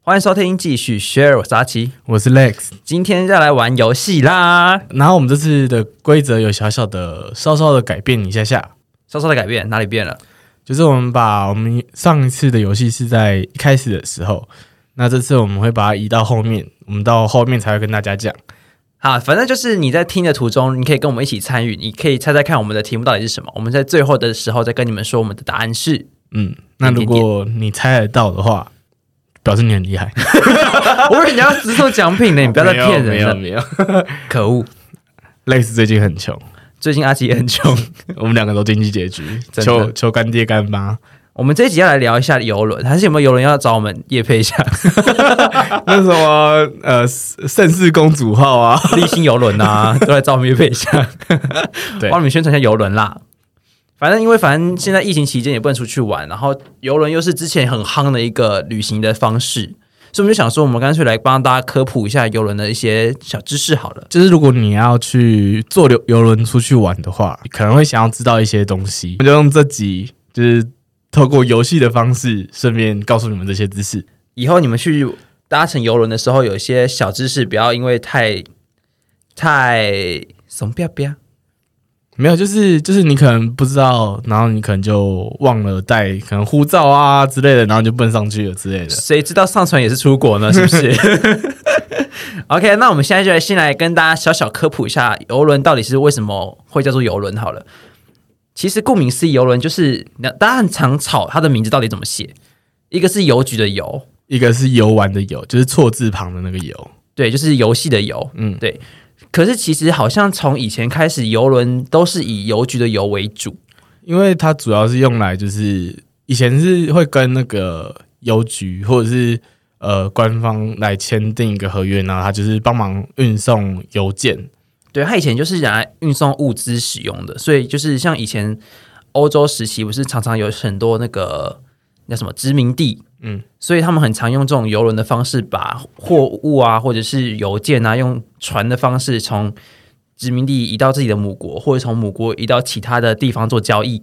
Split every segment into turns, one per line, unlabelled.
欢迎收听，继续 share 我是阿奇，
我是 Lex。
今天要来玩游戏啦，
然后我们这次的规则有小小的、稍稍的改变一下下，
稍稍的改变，哪里变了？
就是我们把我们上一次的游戏是在一开始的时候，那这次我们会把它移到后面，我们到后面才会跟大家讲。
好，啊反正就是你在听的途中，你可以跟我们一起参与，你可以猜猜看我们的题目到底是什么。我们在最后的时候再跟你们说我们的答案 是。
嗯，那如果你猜得到的话，表示你很厉害。
我以为你要直送奖品呢， 你不要再骗
没
人
有
了，
没有。没
可恶！
有 Lex 最近很穷，
最近阿奇也很穷。
我们两个都经济拮据，
真的
求求干爹干妈。
我们这一集要来聊一下游轮，还是有没有游轮要找我们夜配一下？
那什么呃，盛世公主号啊，
立新游轮啊，都来找我们夜配一下，
对
帮你们宣传一下游轮啦。反正因为反正现在疫情期间也不能出去玩，然后游轮又是之前很夯的一个旅行的方式，所以我们就想说，我们干脆来帮大家科普一下游轮的一些小知识好了。
就是如果你要去坐游游轮出去玩的话，可能会想要知道一些东西。我就用这集，就是透过游戏的方式，顺便告诉你们这些知识。
以后你们去搭乘游轮的时候，有一些小知识不要因为太太怂不要不要，
没有，就是就是你可能不知道，然后你可能就忘了带可能护照啊之类的，然后你就不能上去了之类的。
谁知道上船也是出国呢？是不是？OK，那我们现在就来先来跟大家小小科普一下游轮到底是为什么会叫做游轮好了。其实顾名思义，游轮就是那大家很常吵它的名字到底怎么写，一个是邮局的邮，
一个是游玩的游，就是错字旁的那个游。
对，就是游戏的游，
嗯
对。可是其实好像从以前开始，游轮都是以邮局的邮为主，
因为它主要是用来就是以前是会跟那个邮局或者是呃官方来签订一个合约，然后它就是帮忙运送邮件。
对，它以前就是拿来运送物资使用的，所以就是像以前欧洲时期，不是常常有很多那个那什么殖民地，
嗯，
所以他们很常用这种游轮的方式，把货物啊，或者是邮件啊，用船的方式从殖民地移到自己的母国，或者从母国移到其他的地方做交易。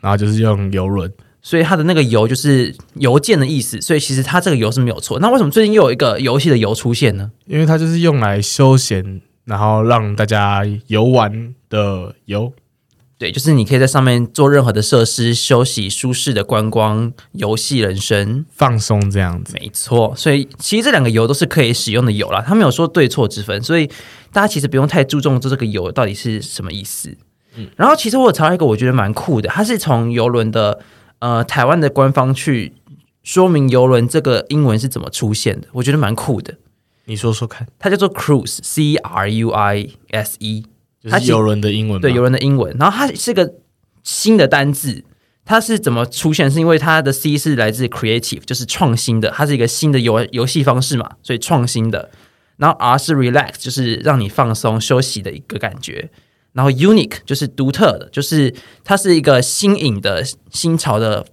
然后就是用邮轮，
所以它的那个“邮”就是邮件的意思，所以其实它这个“邮”是没有错。那为什么最近又有一个游戏的“游”出现呢？
因为它就是用来休闲，然后让大家游玩的游。
对，就是你可以在上面做任何的设施、休息、舒适的观光、游戏人生。
放松这样子，
没错，所以其实这两个油都是可以使用的油啦，它没有说对错之分，所以大家其实不用太注重这这个油到底是什么意思。然后其实我有查到一个我觉得蛮酷的，它是从游轮的呃台湾的官方去说明游轮这个英文是怎么出现的，我觉得蛮酷的。
你说说看，
它叫做 cruise，C R U I S E，
就
它
是
其实
游轮的英文
对，游轮
轮
的英文。然后它是个新的单字，它是怎么出现？是因为它的 C 是来自 creative，就是创新的，它是一个新的游游戏方式嘛，所以创新的。然后 R 是 relax，就是让你放松休息的一个感觉。然后 unique 就是独特的，就是它是一个新颖的新潮的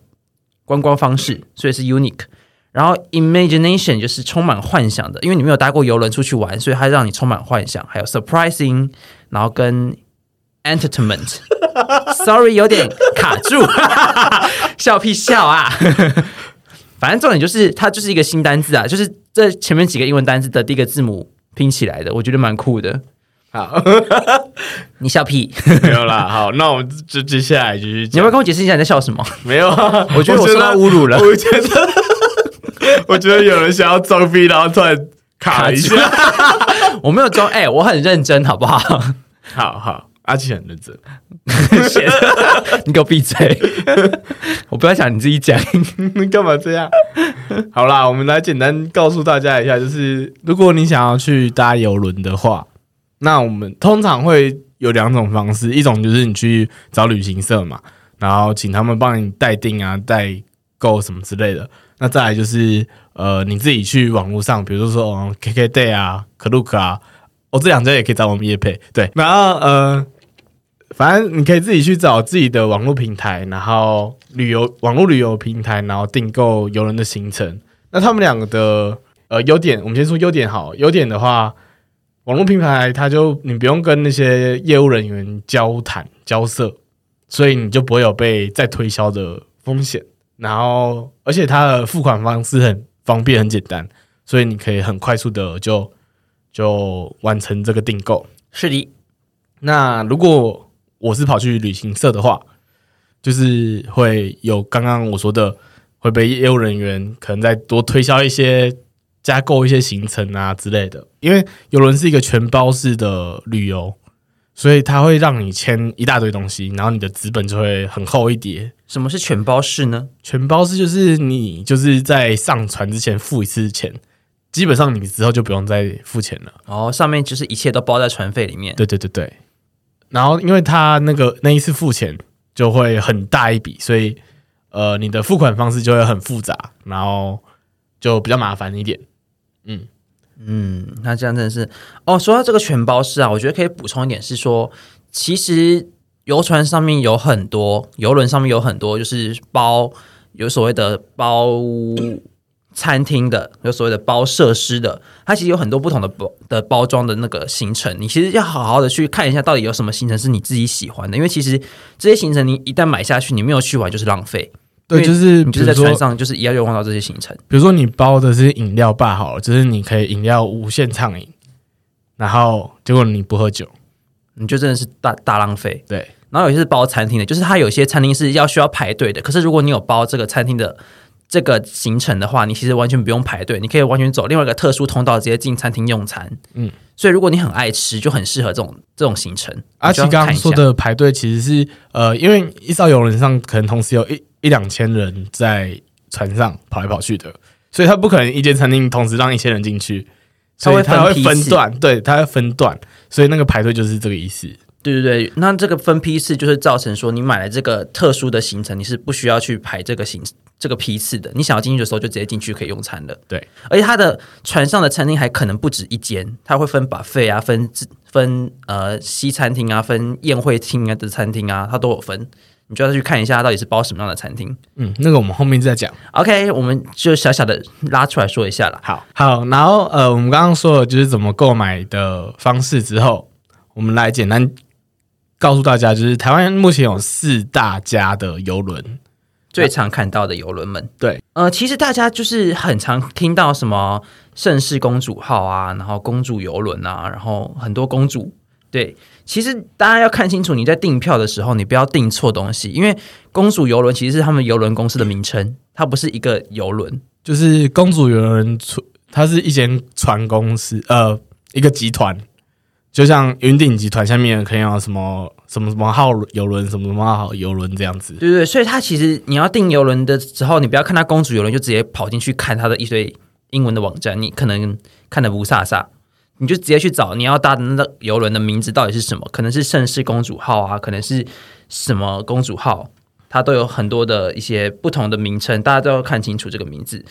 观光方式，所以是 unique。然后 imagination 就是充满幻想的，因为你没有搭过游轮出去玩，所以它让你充满幻想。还有 surprising，然后跟 entertainment。Sorry，有点卡住，笑屁笑啊！反正重点就是它就是一个新单字啊，就是这前面几个英文单字的第一个字母拼起来的，我觉得蛮酷的。
好
你笑屁，
没有啦，好，那我们就接下来继续
你要不要跟我解释一下你在笑什么？
没有啊，
我觉得我受到侮辱了
我觉得，我觉得有人想要装逼，然后突然卡了一下。
我没有装，哎、我很认真，好不好？
好好，阿奇很认真。
谢谢你给我闭嘴！我不要讲，你自己讲。
你 干嘛这样？好啦，我们来简单告诉大家一下，就是如果你想要去搭游轮的话，那我们通常会有两种方式，一种就是你去找旅行社嘛，然后请他们帮你代订啊、代购什么之类的。那再来就是呃，你自己去网络上，比如说哦 KKday 啊、Klook 啊，哦这两家也可以找我们业配。对，然后呃。反正你可以自己去找自己的网络平台，然后旅游网络旅游平台，然后订购游轮的行程。那他们两个的呃优点，我们先说优点好。优点的话，网络平台它就你不用跟那些业务人员交谈交涉，所以你就不会有被再推销的风险。然后，而且它的付款方式很方便很简单，所以你可以很快速的就就完成这个订购。
是的，
那如果我是跑去旅行社的话，就是会有刚刚我说的，会被业务人员可能再多推销一些加购一些行程啊之类的。因为游轮是一个全包式的旅游，所以它会让你签一大堆东西，然后你的资本就会很厚一叠。
什么是全包式呢？
全包式就是你就是在上船之前付一次钱，基本上你之后就不用再付钱了。
哦，上面就是一切都包在船费里面。
对对对对。然后因为他那个那一次付钱就会很大一笔，所以呃，你的付款方式就会很复杂，然后就比较麻烦一点。
嗯，那这样真的是哦。说到这个全包式啊，我觉得可以补充一点是说，其实游船上面有很多，游轮上面有很多，就是包有所谓的包餐厅的，有所谓的包设施的，它其实有很多不同的包的包装的那个行程。你其实要好好的去看一下，到底有什么行程是你自己喜欢的，因为其实这些行程你一旦买下去，你没有去玩就是浪费。
对，
因为
就是
你
比
就是在
如
船
说，
上就是一样用到这些行程。
比如说你包的是饮料吧，好了，就是你可以饮料无限畅饮，然后结果你不喝酒，
你就真的是大大浪费。
对，
然后有些是包餐厅的，就是它有些餐厅是要需要排队的。可是如果你有包这个餐厅的这个行程的话，你其实完全不用排队，你可以完全走另外一个特殊通道直接进餐厅用餐。嗯
嗯，
所以如果你很爱吃，就很适合这种这种行程。
阿奇
你就要看
啊刚刚
一下
说，的排队其实是呃，因为一艘游轮上可能同时有一一两千人在船上跑来跑去的，所以他不可能一间餐厅同时让一千人进去，
它
所
会
以他会
分批
分
次
段，对，他会分段，所以那个排队就是这个意思。
对对对，那这个分批次就是造成说，你买了这个特殊的行程，你是不需要去排这个行这个批次的，你想要进去的时候就直接进去可以用餐的。
对，
而且它的船上的餐厅还可能不止一间，它会分 buffet 啊，分自分呃西餐厅啊，分宴会厅啊的餐厅啊，它都有分。你就要去看一下它到底是包什么样的餐厅。
嗯，那个我们后面再讲。
OK，我们就小小的拉出来说一下啦。
好，好，然后呃，我们刚刚说了就是怎么购买的方式之后，我们来简单告诉大家，就是台湾目前有四大家的游轮，
最常看到的游轮们。
对，
呃，其实大家就是很常听到什么盛世公主号啊，然后公主游轮啊，然后很多公主。对，其实大家要看清楚，你在订票的时候，你不要订错东西，因为公主游轮其实是他们游轮公司的名称，它不是一个游轮。
就是公主游轮出，它是一间船公司，呃，一个集团，就像云顶集团下面可能有什么什么什么号游轮，什么什么号游轮这样子。
对对，对所以它其实你要订游轮的时候，你不要看它公主游轮就直接跑进去看它的一堆英文的网站，你可能看的不飒飒，你就直接去找你要搭的那个游轮的名字到底是什么，可能是盛世公主号啊，可能是什么公主号，它都有很多的一些不同的名称，大家都要看清楚这个名字。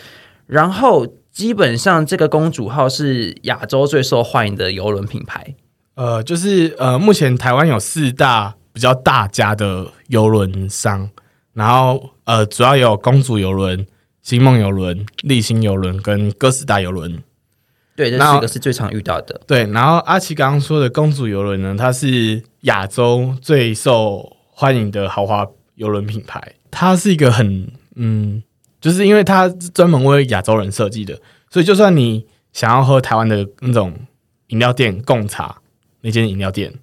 然后基本上这个公主号是亚洲最受欢迎的游轮品牌，
呃，就是呃，目前台湾有四大比较大家的游轮商，然后呃，主要有公主游轮、星梦游轮、立新游轮跟哥斯达游轮。
对，这
那
四个是最常遇到的。
对，然后阿奇刚刚说的公主游轮呢，它是亚洲最受欢迎的豪华游轮品牌，它是一个很嗯，就是因为它是专门为亚洲人设计的，所以就算你想要喝台湾的那种饮料店贡茶那间饮料店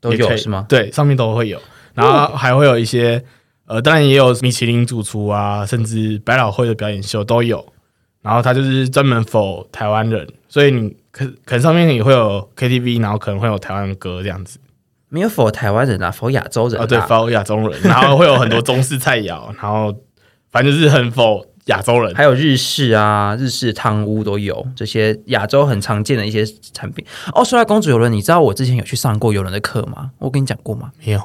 都
也可
有
以
是吗？哦
对，上面都会有，然后还会有一些呃，当然也有米其林主厨啊，甚至百老汇的表演秀都有。然后它就是专门否台湾人，所以你可可能上面也会有 KTV，然后可能会有台湾歌这样子
没有否台湾人啊，否亚洲人
啊，对，否亚洲人，然后会有很多中式菜肴，然后反正就是很否亚洲人。
还有日式啊、日式汤屋都有这些亚洲很常见的一些产品。哦，说到公主游轮，你知道我之前有去上过游轮的课吗？我跟你讲过吗？
没有，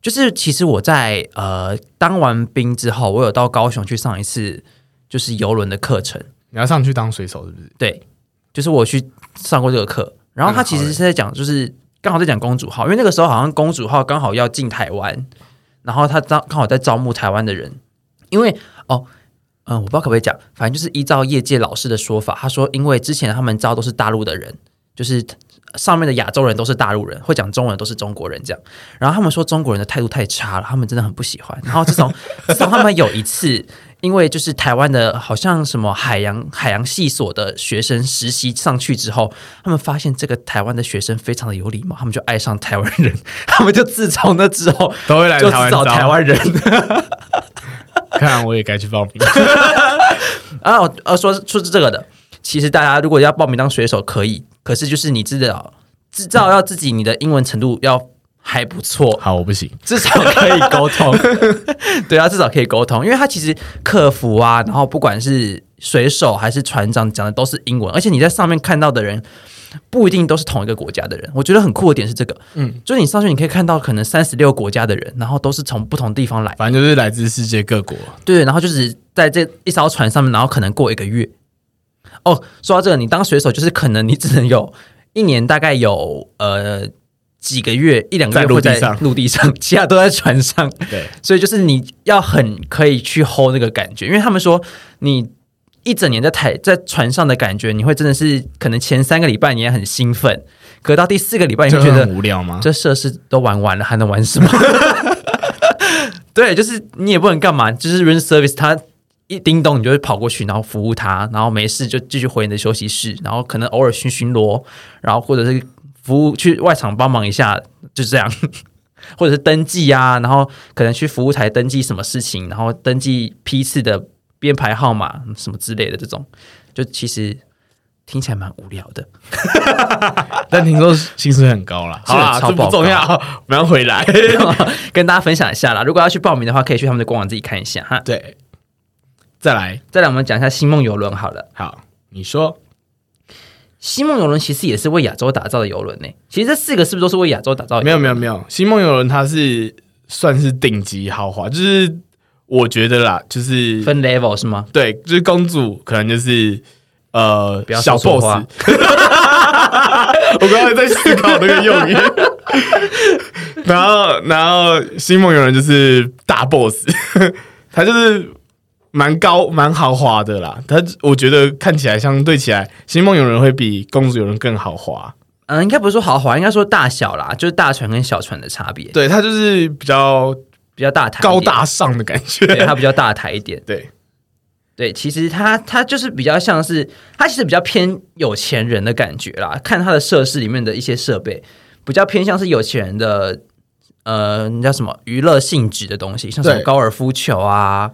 就是其实我在呃当完兵之后，我有到高雄去上一次就是游轮的课程，
你要上去当水手是不是？
对，就是我去上过这个课，然后他其实是在讲，就是刚好在讲公主号，因为那个时候好像公主号刚好要进台湾，然后他招刚好在招募台湾的人，因为哦，嗯，我不知道可不可以讲，反正就是依照业界老师的说法，他说因为之前他们招都是大陆的人，就是上面的亚洲人都是大陆人，会讲中文的都是中国人这样， 然后他们说中国人的态度太差了，他们真的很不喜欢。然后自从自从他们有一次因为就是台湾的，好像什么海洋海洋系所的学生实习上去之后，他们发现这个台湾的学生非常的有礼貌，他们就爱上台湾人， 他们就自从那之后
都会来
就
台
只找
湾招
台湾人。
看我也该去报名。
啊，我呃，说说是这个的，其实大家如果要报名当水手可以，可是就是你知道，知道要自己你的英文程度要还不错，
好，我不行。
至少可以沟通。 对啊，至少可以沟通，因为他其实客服啊，然后不管是水手还是船长讲的都是英文，而且你在上面看到的人。不一定都是同一个国家的人，我觉得很酷的点是这个，嗯，就是你上去你可以看到可能三十六国家的人，然后都是从不同地方来，
反正就是来自世界各国。
对，然后就是在这一艘船上面，然后可能过一个月。哦，说到这个，你当水手就是可能你只能有一年，大概有呃几个月一两个
在
月
陆
会
地
在
上
陆地上，其他都在船上，
对，
所以就是你要很可以去 hold 那个感觉，因为他们说你一整年在台在船上的感觉，你会真的是可能前三个礼拜你也很兴奋，可到第四个礼拜你
就
会觉得
很无聊吗？
这设施都玩完了，还能玩什么？ 对，就是你也不能干嘛，就是 room service 它一叮咚你就会跑过去，然后服务他，然后没事就继续回你的休息室，然后可能偶尔巡巡逻，然后或者是服务去外场帮忙一下，就这样。 或者是登记啊，然后可能去服务台登记什么事情，然后登记批次的编排号码什么之类的，这种就其实听起来蛮无聊的。
但听说薪水很高啦。
是
好啦，
超
这不
爆
重要，我们要回 来。
跟大家分享一下啦。如果要去报名的话，可以去他们的官网自己看一下哈。
对，再来，
再来，我们讲一下星梦游轮好了。
好，你说
星梦游轮其实也是为亚洲打造的游轮呢。其实这四个是不是都是为亚洲打造的？
没有没有没有，星梦游轮它是算是顶级豪华，就是我觉得啦，就是
分 level 是吗？
对，就是公主可能就是呃
不要
小
说错
boss。
话
我刚才在思考那个用语， 然后然后星梦游人就是大 boss，他就是蛮高蛮豪华的啦。他我觉得看起来相对起来，星梦游人会比公主游人更豪华。
嗯，应该不是说豪华，应该说大小啦，就是大船跟小船的差别，
对，他就是比较
比较大台，
高，大上的感觉。
对，它比较大台一点。
对
对，其实它它就是比较像是，它其实比较偏有钱人的感觉啦。看它的设施里面的一些设备，比较偏向是有钱人的，呃，那叫什么娱乐性质的东西，像什么
对
高尔夫球啊、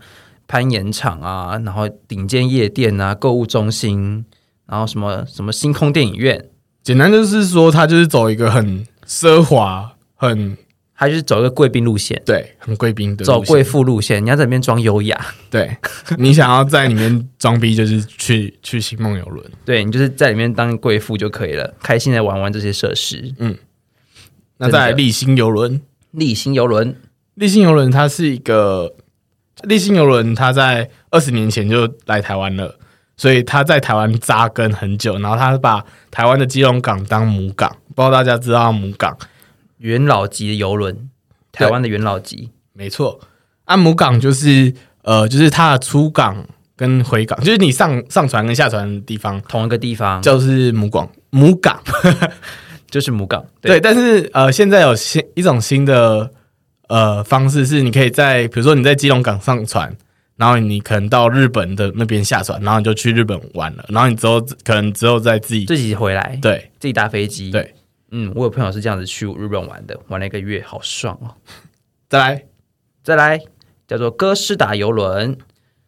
攀岩场啊，然后顶尖夜店啊、购物中心，然后什么什么星空电影院，
简单就是说，他就是走一个很奢华、很
它就是走一个贵宾路线，
对、很贵宾的
走
路线
贵妇路线，你要在里面装优雅，
对你想要在里面装逼，就是去去星梦游轮。
对你就是在里面当贵妇就可以了，开心的玩玩这些设施。
那再来
真的
立新游轮，
立新游轮
立新游轮它是一个立新游轮，它在二十年前就来台湾了，所以它在台湾扎根很久，然后它把台湾的基隆港当母港，不知道大家知道母港？
元老级的游轮，
对
台湾的元老级，
没错，啊，母港就是呃，就是它的出港跟回港，就是你上上船跟下船的地方，
同一个地方
就是母港母港。
就是母港。对，
对，但是呃，现在有新一种新的呃方式是，你可以在比如说你在基隆港上船，然后你可能到日本的那边下船，然后你就去日本玩了，然后你之后可能之后再自己
自己回来，
对
自己搭飞机。
对，
嗯，我有朋友是这样子去日本玩的，玩了一个月，好爽哦。
再来
再来叫做哥斯达游轮，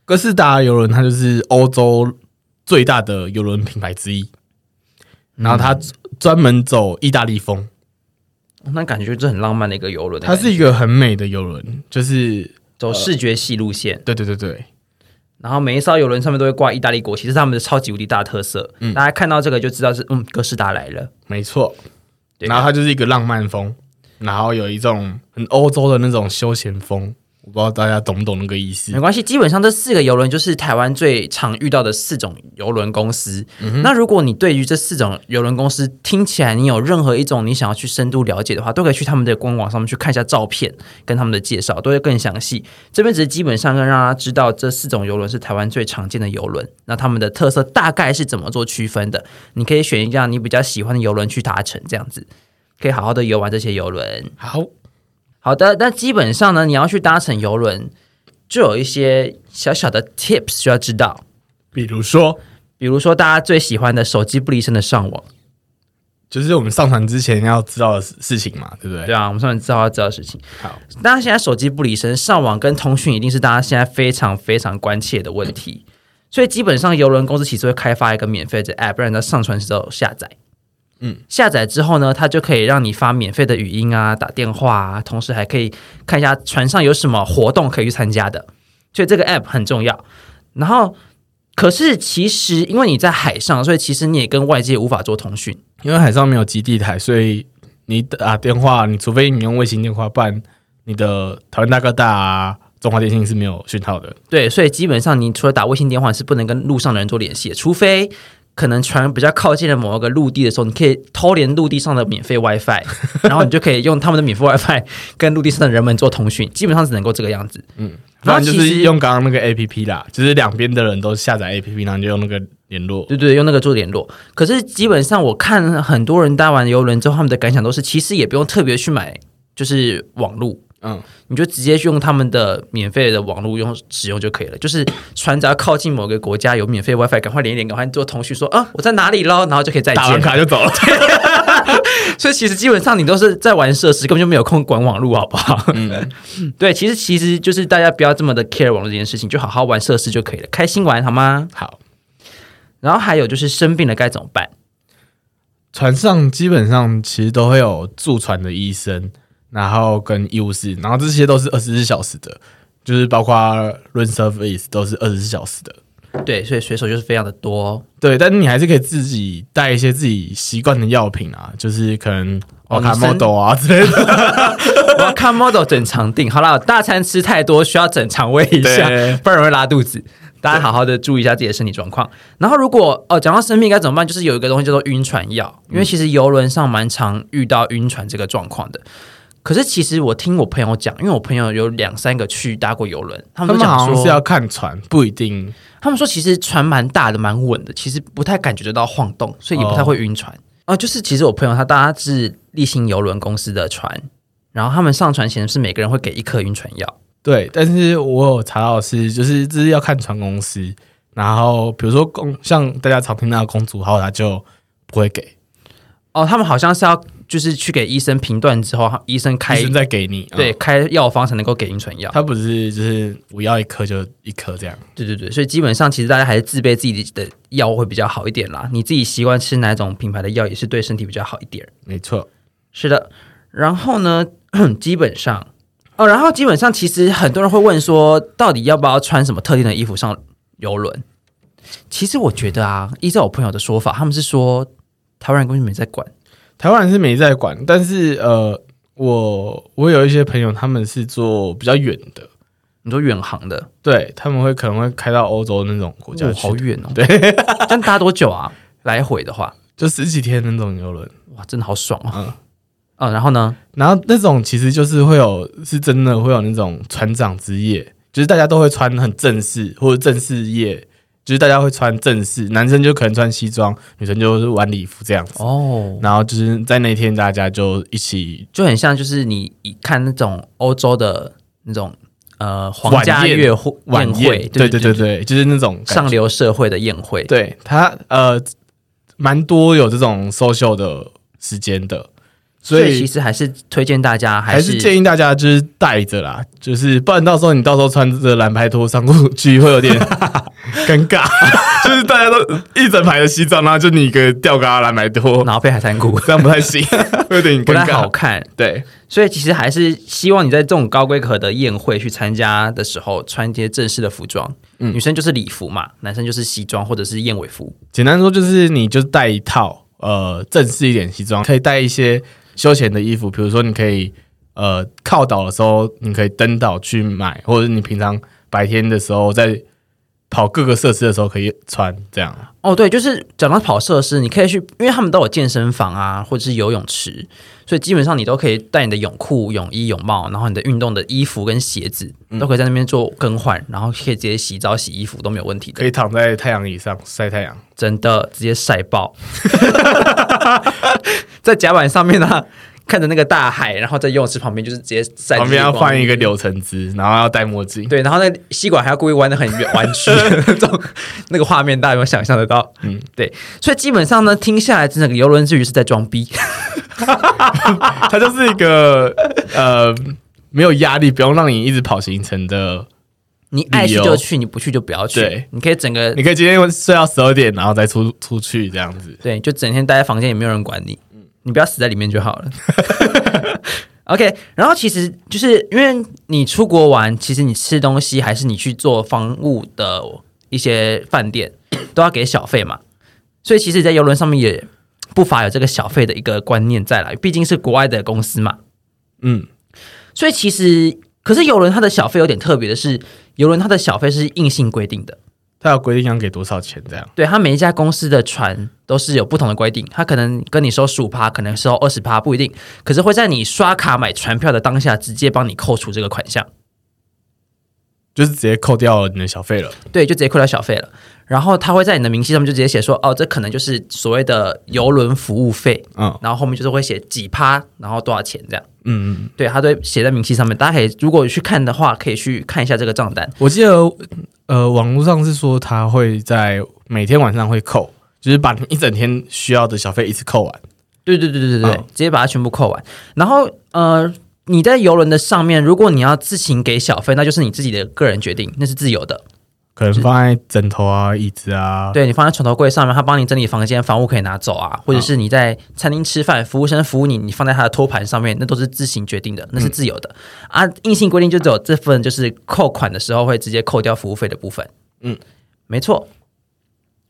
哥斯达游轮，它就是欧洲最大的游轮品牌之一，然后它专门走意大利风，
那感觉就是很浪漫的一个游轮的
它
感觉，
是一个很美的游轮，就是
走视觉系路线，
对对对对，
然后每一艘游轮上面都会挂意大利国旗，这是他们的超级无敌大特色。
嗯
大家看到这个就知道是嗯哥斯达来了。
没错。
对啊
然后它就是一个浪漫风，然后有一种很欧洲的那种休闲风，我不知道大家懂不懂那个意思
没。关系，基本上这四个游轮就是台湾最常遇到的四种游轮公司。那如果你对于这四种游轮公司听起来你有任何一种你想要去深度了解的话，都可以去他们的官网上面去看一下照片跟他们的介绍，都会更详细。这边只是基本上让大家知道这四种游轮是台湾最常见的游轮，那他们的特色大概是怎么做区分的？你可以选一辆你比较喜欢的游轮去搭乘，这样子可以好好的游玩这些游轮。
好，
好的，那基本上呢，你要去搭乘游轮，就有一些小小的 tips 需要知道，
比如说，
比如说大家最喜欢的手机不离身的上网，
就是我们上传之前要知道的事事情嘛，对不对？
对啊，我们上面知道要知道的事情。
好，
大家现在手机不离身，上网跟通讯一定是大家现在非常非常关切的问题。所以基本上，邮轮公司其实会开发一个免费的 app，让人家上传之后下载。
嗯，
下载之后呢，它就可以让你发免费的语音啊、打电话啊，同时还可以看一下船上有什么活动可以去参加的。所以这个 app 很重要。然后，可是其实因为你在海上，所以其实你也跟外界无法做通讯。
因为海上没有基地台，所以你打电话，你除非你用卫星电话，不然你的台湾大哥大、啊、中华电信是没有讯号的。
对，所以基本上你除了打卫星电话，是不能跟路上的人做联系的，除非可能船比较靠近了某一个陆地的时候，你可以偷连陆地上的免费 WiFi，然后你就可以用他们的免费 WiFi 跟陆地上的人们做通讯，基本上只能够这个样子。
不
然后
然
其
嗯就
实
是用刚刚那个 A P P 啦，就是两边的人都下载 A P P，然后你就用那个联络。
对对，用那个做联络。可是基本上我看很多人搭完游轮之后，他们的感想都是，其实也不用特别去买，就是网络。
嗯，
你就直接去用他们的免费的网络用使用就可以了。就是船只要靠近某个国家有免费 WiFi，赶快连一连，赶快做通讯说啊我在哪里喽，然后就可以再
打完
见。
卡就走了。
所以其实基本上你都是在玩设施，根本就没有空管网络，好不好？
嗯
对，其实其实就是大家不要这么的 care 网络这件事情，就好好玩设施就可以了，开心玩好吗？
好，
然后还有就是生病了该怎么办？
船上基本上其实都会有驻船的医生，然后跟医务室，然后这些都是二十四小时的，就是包括 room service 都是二十四小时的。
对，所以水手就是非常的多哦、
对，但是你还是可以自己带一些自己习惯的药品啊，就是可能
哦
瓦卡
你
莫
生
豆啊 之类的。
我要看 model 整肠定，好啦，大餐吃太多需要整肠胃一下
对，
不然会拉肚子。大家好好的注意一下自己的身体状况。然后，如果哦讲到生病该怎么办，就是有一个东西叫做晕船药，因为其实游轮上蛮常遇到晕船这个状况的。可是其实我听我朋友讲，因为我朋友有两三个去搭过游轮，他
他
们
们
都讲
好像
说，
是要看船，不一定。
他们说其实船蛮大的，蛮稳的，其实不太感觉得到晃动，所以也不太会晕船。哦、就是其实我朋友他搭的是立新游轮公司的船，然后他们上船前是每个人会给一颗晕船药。
对，但是我有查到的是，就是这是要看船公司，然后比如说公像大家常听到的公主号，他就不会给，
哦，他们好像是要就是去给医生评断之后，医生啊开
医生再给你。
对、
嗯
开药方才能够给晕船药。
他不是就是我要一颗就一颗这样。
对对对，所以基本上其实大家还是自备自己的药会比较好一点啦。你自己习惯吃哪种品牌的药，也是对身体比较好一点。
没错，
是的，然后呢， 基本上哦，然后基本上其实很多人会问说，到底要不要穿什么特定的衣服上游轮？其实我觉得啊，依照我朋友的说法，他们是说台湾人根本没在管。
台湾人是没在管，但是呃，我我有一些朋友他们是做比较远的，
你说远航的，
对他们会可能会开到欧洲那种国家
哦
去
好远哦。对，但搭多久啊？来回的话，
就十几天那种游轮，
哇，真的好爽哦。嗯然后呢？
然后那种其实就是会有，是真的会有那种船长之夜，就是大家都会穿很正式或者正式夜，就是大家会穿正式，男生就可能穿西装，女生就是晚礼服这样子。
哦，
然后就是在那天大家就一起
就很像就是你一看那种欧洲的那种呃皇家
晚宴
乐会
晚
宴
宴
会，，
对对对对，就是那种感觉
上流社会的宴会。
对他呃蛮多有这种 social 的时间的，
所
所
以其
以
实还是推荐大家还
还
是
是建议大家就是带着啦，就是不然到时候你到时候穿着蓝白拖上路去会 有点尴尬，就是大家都一整排的西装，然后就你一个吊嘎蓝 白拖，
然后配海滩裤
这样不太行， 会有点
不
尴
太好
尬。
看，
对，
所以其实还是希望你在这种高规格的宴会去参加的时候，穿一些正式的服装。女生就是礼服嘛，男生就是西装或者是燕尾服。
简单说就是你就带一套呃正式一点西装，可以带一些休闲的衣服，比如说你可以呃靠岛的时候，你可以登岛去买，或者你平常白天的时候在跑各个设施的时候可以穿这样。
哦，对，就是讲到跑设施，你可以去，因为他们都有健身房啊，或者是游泳池，所以基本上你都可以带你的泳裤、泳衣、泳帽，然后你的运动的衣服跟鞋子都可以在那边做更换，然后可以直接洗澡、洗衣服都没有问题
可
的，
以躺在太阳椅上晒太阳。
真的直接晒爆，在甲板上面呢、啊看着那个大海，然后在游泳池旁边就是直接晒
旁边要
日光
放一个柳橙汁，然后要戴墨镜。
对，然后那个吸管还要故意弯的很圆弯 曲，这种那个画面大家有没有想象得到？嗯，对，所以基本上呢，听下来整个游轮之旅是在装逼，
它就是一个 呃没有压力，不用让你一直跑行程的。
你爱去
旅游
就去，你不去就不要去
对，
你可以整个
你可以今天睡到十二点，然后再出出去这样子。
对，就整天待在房间也没有人管你，你不要死在里面就好了。OK，然后其实就是因为你出国玩，其实你吃东西还是你去做房务的一些饭店都要给小费嘛，所以其实你在游轮上面也不乏有这个小费的一个观念在啦，毕竟是国外的公司嘛，
嗯，
所以其实可是游轮它的小费有点特别的是，游轮它的小费是硬性规定的，
它有规定要给多少钱这样。
对，它每一家公司的船都是有不同的规定，它可能跟你收十五趴，可能收二十趴，不一定。可是会在你刷卡买船票的当下，直接帮你扣除这个款项，
就是直接扣掉你的小费了，
对，就直接扣掉小费了。然后它会在你的明细上面就直接写说，哦，这可能就是所谓的游轮服务费，
嗯
然后后面就是会写几趴，然后多少钱这样。
嗯嗯，
对，它都会写在明细上面，大家可以如果去看的话，可以去看一下这个账单。
我记得呃，网络上是说他会在每天晚上会扣，就是把你一整天需要的小费一次扣完。
对对对对对对，
嗯
直接把它全部扣完。然后呃，你在游轮的上面，如果你要自行给小费，那就是你自己的个人决定，那是自由的。
可能放在枕头啊、椅子啊，
对你放在床头柜上面，他帮你整理房间，房屋可以拿走啊，或者是你在餐厅吃饭，服务生服务你，你放在他的托盘上面，那都是自行决定的，那是自由的、啊。硬性规定就只有这份，就是扣款的时候会直接扣掉服务费的部分。嗯
嗯，
没错。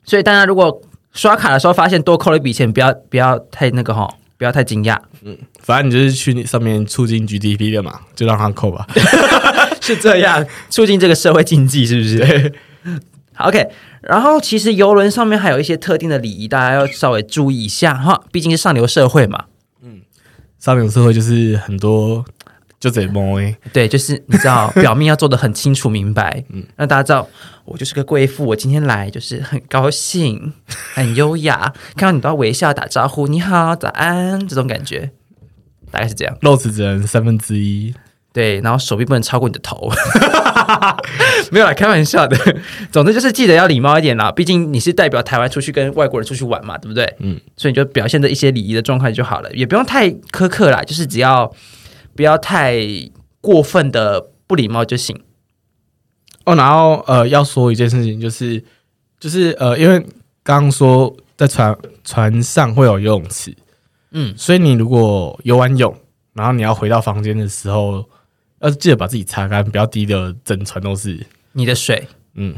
所以大家如果刷卡的时候发现多扣了一笔钱，不要不要太那个哈，不要太惊讶，
反正你就是去上面促进 GDP 的嘛，就让他扣吧。
是这样，促进这个社会经济，是不是？好 OK，然后其实游轮上面还有一些特定的礼仪，大家要稍微注意一下哈，毕竟是上流社会嘛。
上流社会就是很多就贼摸诶，
对，就是你知道，表面要做的很清楚明白，嗯，让大家知道我就是个贵妇，我今天来就是很高兴，很优雅，看到你都要微笑打招呼，你好，早安，这种感觉，大概是这样。
肉食只能三分之一。
对，然后手臂不能超过你的头， 没有啦，开玩笑的。总之就是记得要礼貌一点啦，毕竟你是代表台湾出去跟外国人出去玩嘛，对不对？嗯
嗯，
所以你就表现的一些礼仪的状态就好了，也不用太苛刻啦，就是只要不要太过分的不礼貌就行。
哦，然后呃，要说一件事情，就是就是呃，因为刚刚说在船船上会有游泳池，
嗯
嗯，所以你如果游完泳，然后你要回到房间的时候，要记得把自己擦干，不要滴的整船都是。
你的水
嗯，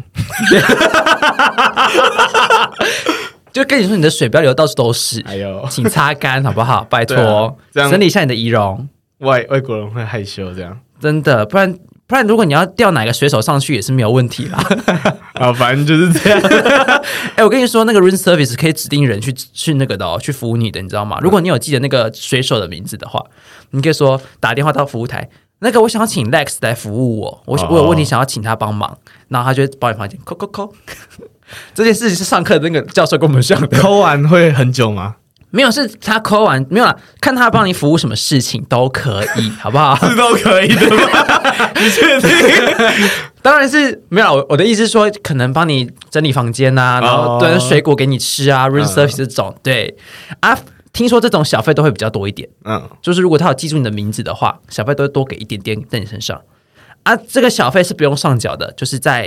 就跟你说，你的水不要流到处都是，
还有
请擦干好不 好？拜
哎对啊
托，
这样
整理一下你的仪容，
外外国人会害羞这样
真的，不然不然，如果你要调哪个水手上去也是没有问题啦。
啊，反正就是这样。
哎、我跟你说，那个 room service 可以指定人去去那个的哦，去服务你的，你知道吗？如果你有记得那个水手的名字的话，你可以说打电话到服务台，那个我想要请 Lex 来服务我，我、
哦
我有问题想要请他帮忙，然后他就会帮你房间扣扣扣。这件事情是上课的那个教授跟我们讲 的，
抠完会很久吗？
没有是他扣完没有啦，看他帮你服务什么事情都可以，好不好？
是都可以的吗？你确定？
当然是没有啦，我我的意思是说，可能帮你整理房间啊，然后
哦嗯
端水果给你吃啊、r o o m service 这种，对啊，听说这种小费都会比较多一点，
嗯，
就是如果他有记住你的名字的话，小费都会多给一点点在你身上啊。这个小费是不用上缴的，就是在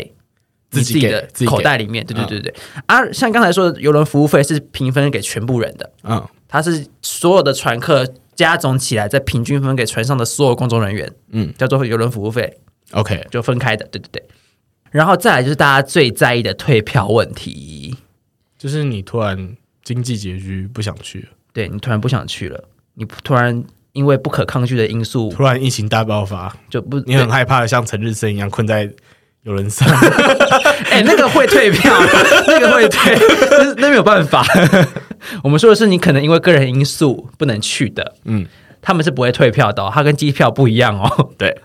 你
自
自
己
己
给
的
自己给嗯
口袋里面，对对对对、啊。像刚才说的，游轮服务费是平分给全部人的，
嗯
它是所有的船客加总起来，再平均分给船上的所有工作人员，
嗯
叫做游轮服务费。
，OK，
就分开的，对对对。然后再来就是大家最在意的退票问题，
就是你突然经济拮据不想去了，
对你突然不想去了，你突然因为不可抗拒的因素
突然疫情大爆发，
就不，
你很害怕的像陈日升一样困在游轮上，
哎、那个会退 票，那个会退，那那没有办法。 我们说的是你可能因为个人因素不能去的，
嗯，
他们是不会退票的、哦，它跟机票不一样哦，
对，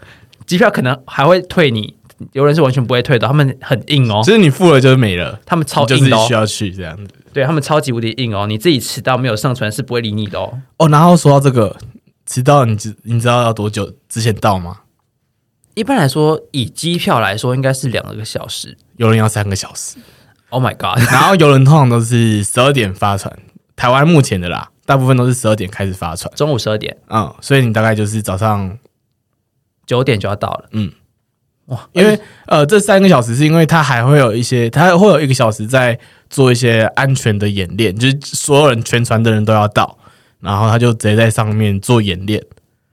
机票可能还会退你，有人是完全不会退的，他们很硬哦
就。是你付了就是没了，
他们超
你就
硬
是
的、哦
需，要去这样子。
对他们超级无敌硬哦！你自己迟到没有上船是不会理你的哦。
哦，然后说到这个，迟到你知你知道要多久之前到吗？
一般来说，以机票来说，应该是两个小时。
有人要三个小时，
Oh my god！
然后游轮通常都是十二点发船，台湾目前的啦，大部分都是十二点开始发船，
中午十二点
嗯，所以你大概就是早上，
九点就要到了。
嗯，
哇，
因为呃这三个小时是因为它还会有一些，它会有一个小时在做一些安全的演练，就是所有人全船的人都要到，然后他就直接在上面做演练，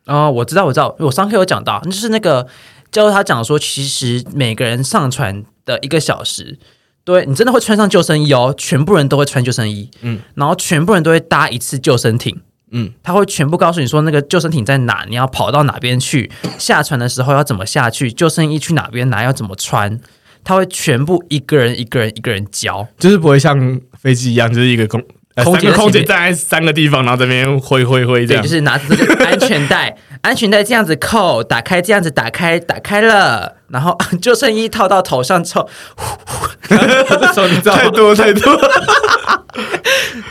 哦，我知道，我知道，我上课有讲到，就是那个教授他讲说，其实每个人上船的一个小时，对你真的会穿上救生衣哦，全部人都会穿救生衣，嗯，然后全部人都会搭一次救生艇。
嗯，
他会全部告诉你说那个救生艇在哪，你要跑到哪边去，下船的时候要怎么下去，救生衣去哪边拿，要怎么穿，他会全部一个人一个人一个人教。
就是不会像飞机一样，就是一个空。呃
空
三
姐
个
在
空姐
前面
站在三个地方，然后这边挥挥挥这
对，
样
就，是拿着这个安全 带，安全带这样子扣，打开，这样子打开，打开了，然后 救生衣套到头上之后，呼呼，这时候你 知道
太
吗？
多太多。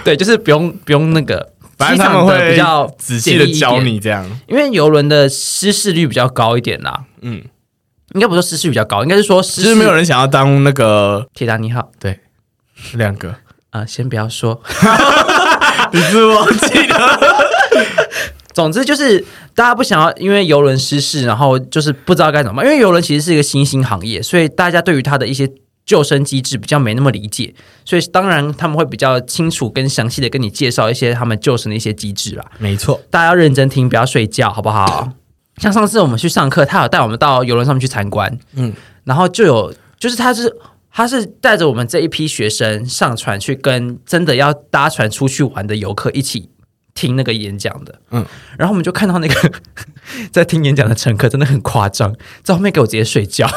对，就是不用不用那个，
反正他们
机场的
会
比较
仔细的教
简易一点，
你这样。
因为游轮的失事率比较高一点啦。
嗯
嗯，应该不是说失事率比较高，应该是说失
就
事
是没有人想要当那个
铁达尼号
对 两个，
啊、呃先不要说，
你是忘记了？
总之就是大家不想要因为游轮失事，然后就是不知道该怎么办。因为游轮其实是一个新兴行业，所以大家对于它的一些救生机制比较没那么理解，所以当然他们会比较清楚跟详细的跟你介绍一些他们救生的一些机制啦。
没错，
大家要认真听，不要睡觉，好不好？像上次我们去上课，他有带我们到游轮上面去参观，
嗯
嗯，然后就有就是他是他是带着我们这一批学生上船去跟真的要搭船出去玩的游客一起听那个演讲的，
嗯
嗯，然后我们就看到那个 在听演讲的乘客真的很夸张，在后面给我直接睡 觉，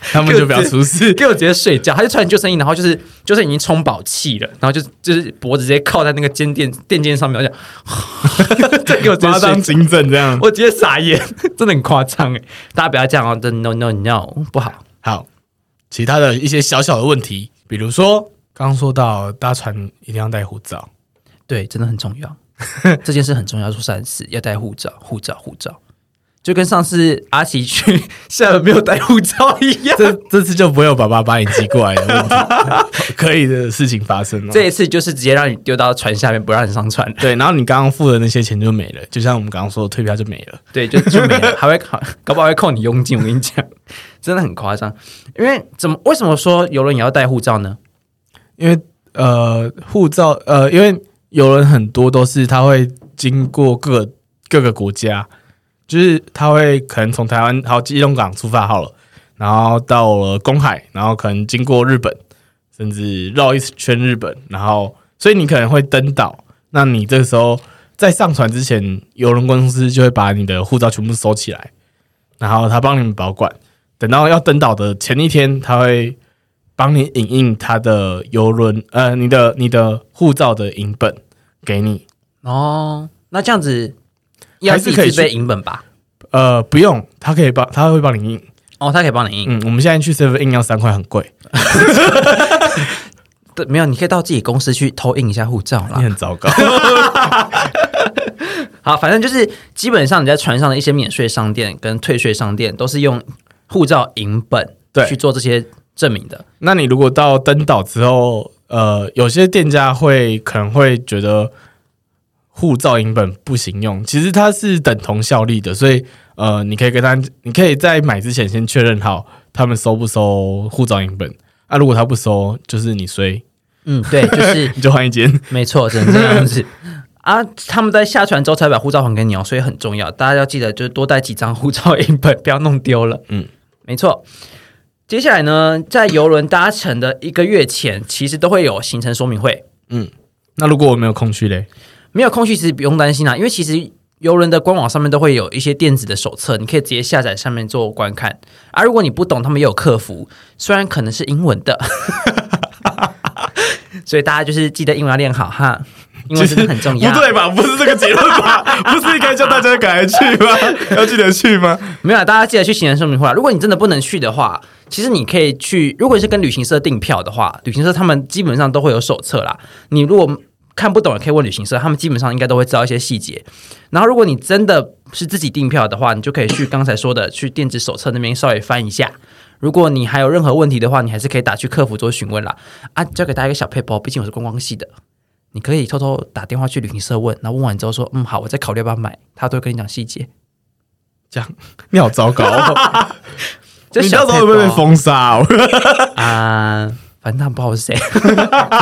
他们就不要出 事。
给我直接睡觉，他就穿救生衣，然后就是就是已经充饱气了，然后就就是脖子直接靠在那个肩垫垫肩上面，然后就 再给我直接
把他
睡
当
觉
警枕这样。
我直接傻眼，真的很夸张哎！大家不要这样哦，真的 no no no 不好。
好，其他的一些小小的问题，比如说刚刚说到搭船一定要带护照，
对，真的很重 要，这件事很重要，说三次要带护照，护照，护照，就跟上次阿奇去 厦门没有带护照一样。
这这次就不会有爸爸把你寄过来的问 题，可以的事情发生了。
这一次就是直接让你丢到船下面，不让你上船。
对，然后你刚刚付的那些钱就没了，就像我们刚刚说的退票就没了。
对，就就没了，还会考，搞不好会扣你佣金。我跟你讲， 真的很夸张。因为怎么为什么说游轮也要带护照呢？
因为呃，护照呃，因为游轮很多都是它会经过各各个国家，就是它会可能从台湾好基隆港出发好了，然后到了公海，然后可能经过日本，甚至绕一圈日本，然后所以你可能会登岛，那你这时候在上船之前，游轮公司就会把你的护照全部收起来，然后他帮你们保管，等到要登岛的前一天，他会帮你影印他的游轮，呃，你的你的护照的影本给你，
哦，那这样子要
还是
自
可以
己自备
去
银本吧？
呃，不用，他可以帮，他会帮你印。
哦，他可以帮你印。
嗯，我们现在去 Seven 印要三块，很贵，
对，没有，你可以到自己公司去偷印一下护照
你
啦。
很糟糕。
好，反正就是基本上你在船上的一些免税商店跟退税商店都是用护照影本
对
去做这些证明的。
那你如果到登岛之后，呃，有些店家会可能会觉得护照影本不行用，其实它是等同效力的，所以呃，你可以跟他，你可以在买之前先确认好他们收不收护照影本。啊，如果他不收，就是你衰，
嗯， 对，就是
你就换一间。
没错，只能这样 子。啊，他们在下船之后才把护照还给你哦，所以很重要，大家要记得就是多带几张护照影本，不要弄丢了。
嗯
嗯，没错。接下来呢，在游轮搭乘的一个月前，其实都会有行程说明会。
嗯那如果我没有空去嘞，
没有空虚其实不用担心啊啦，因为其实游轮的官网上面都会有一些电子的手册，你可以直接下载上面做观看。而、如果你不懂，他们也有客服，虽然可能是英文的， 所以大家就是记得英文要练好哈，英文真的很重要。
不对吧？不是这个结论吧？ 不是应该叫大家赶快去 吗？要记得去吗？
没有啊，大家记得去行人说明会啊。如果你真的不能去的话，其实你可以去，如果你是跟旅行社订票的话，旅行社他们基本上都会有手册啦。你如果看不懂也可以问旅行社，他们基本上应该都会知道一些细节。然后，如果你真的是自己订票的话，你就可以去刚才说的去电子手册那边稍微翻一下。如果你还有任何问题的话，你还是可以打去客服做询问啦。啊，教给大家一个小配包，毕竟我是观光系的，你可以偷偷打电话去旅行社问，然后问完之后说，嗯，好，我再考虑要不要买，他都会跟你讲细节。
你好糟糕、 哦，
这
你
小
到时候会不会被封杀、哦？
配包啊？反正他们不知道我是谁。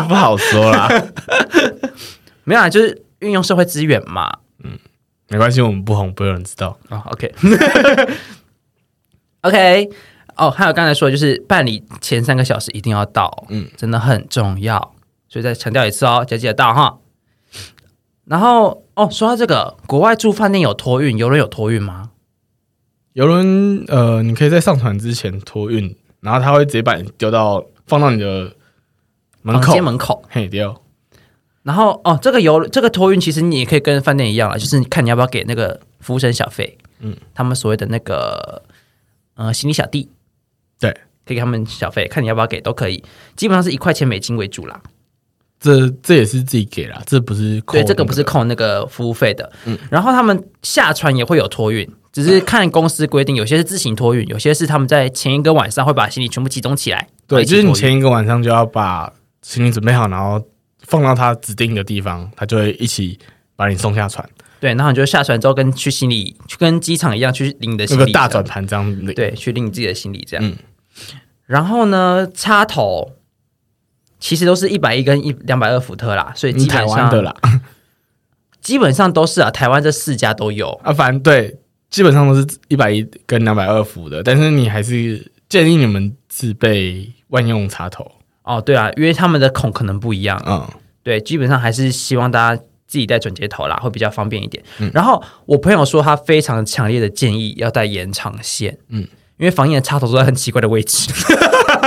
不好说啦，
没有啊，就是运用社会资源嘛。
没关系，我们不红，不会有人知道。
哦，OK，OK，、OK 哦，还有刚才说的就是办理前三个小时一定要到，嗯
嗯，
真的很重要，所以再强调一次哦，要记得到哈。然后哦，说到这个，国外住饭店有托运，游轮有托运吗？
游轮，呃，你可以在上船之前托运，然后他会直接把你丢到放到你的门
房
口，
间门口。
嘿丢。
然后哦，这个游这个托运其实你也可以跟饭店一样啦，就是看你要不要给那个服务生小费，嗯
嗯，
他们所谓的那个呃行李小弟，
对，
可以给他们小费，看你要不要给都可以，基本上是一块钱美金为主啦。
这这也是自己给啦，这不是扣
对，这个不是
那嗯
扣那个服务费的。然后他们下船也会有托运，只是看公司规定，有些是自行托运，有些是他们在前一个晚上会把行李全部集中起来。
对，
一起
就是你
托运
前一个晚上就要把行李准备好，然后放到他指定的地方，他就会一起把你送下船，
对，然后你就下船之后跟去行李，去跟机场一样去领你的
有
行
个
李，
大转盘这样领。
对，去拎你自己的行李这样。
嗯
然后呢，插头其实都是一百一跟一两百二伏特啦，所以
你
基
台
本
湾的
上
啦，
基本上都是啊，台湾这四家都有。
啊，反正对，基本上都是一百一跟两百二伏的，但是你还是建议你们自备万用插头。
哦，对啊，因为他们的孔可能不一样，
嗯，
对，基本上还是希望大家自己带转接头啦，会比较方便一点。然后我朋友说他非常强烈的建议要带延长线，嗯，因为防疫的插头都在很奇怪的位置，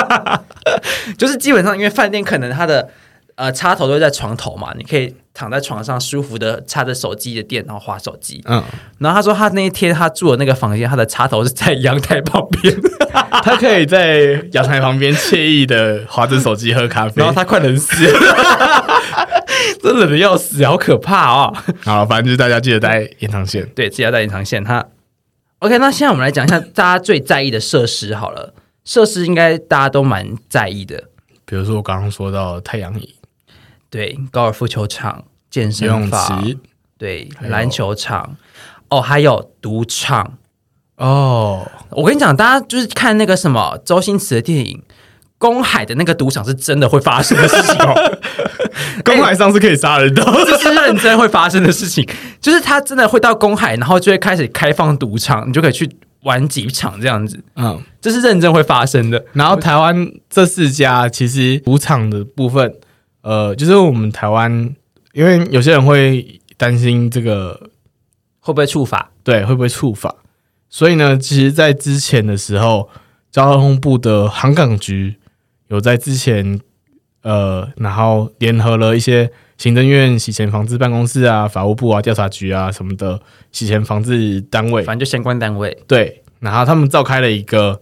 就是基本上因为饭店可能它的呃插头都会在床头嘛，你可以躺在床上舒服的插着手机的电，然后划手机。
嗯，
然后他说他那一天他住的那个房间，他的插头是在阳台旁边，
他可以在阳台旁边惬意的划着手机喝 咖啡。
然后他快冷死了，真冷的要死，好可怕哦！
好了，反正就是大家记得带延长线。
对，自己要带延长线。它 OK，那现在我们来讲一下大家最在意的设施好了。设施应该大家都蛮在意的，
比如说我刚刚说到的太阳椅、
对，高尔夫球场、健
游泳
身房，
池
对，
还有
篮球场，哦，还有赌场。
哦，
我跟你讲，大家就是看那个什么周星驰的电影。公海的那个赌场是真的会发生的事 情哦，
公海上是可以杀人的。
这是认真会发生的事情，就是他真的会到公海，然后就会开始开放赌场，你就可以去玩几场这样子，
嗯，
这是认真会发生的。
然后台湾这四家其实赌场的部分，呃，就是我们台湾，因为有些人会担心这个
会不会触发？
对会不会触法，所以呢，其实，在之前的时候，交通部的航港局有在之前，呃，然后联合了一些行政院洗钱防治办公室啊、法务部啊、调查局啊什么的洗钱防治单位，
反正就相关单位。
对，然后他们召开了一个